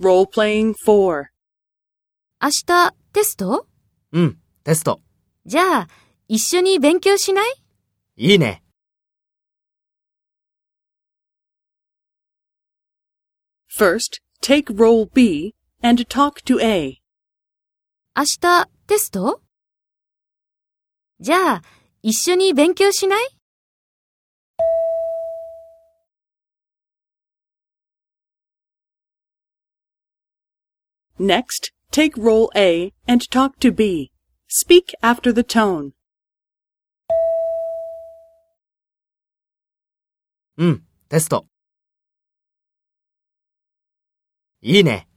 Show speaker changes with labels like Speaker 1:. Speaker 1: Role playing 4.
Speaker 2: 明日テスト
Speaker 3: うん、テスト。
Speaker 2: じゃあ、一緒に勉強しない
Speaker 3: いいね。
Speaker 1: First, take role B and talk to A.
Speaker 2: 明日テストじゃあ、一緒に勉強しない
Speaker 1: Next, take role A and talk to B. Speak after the tone.
Speaker 3: うん、テスト。いいね。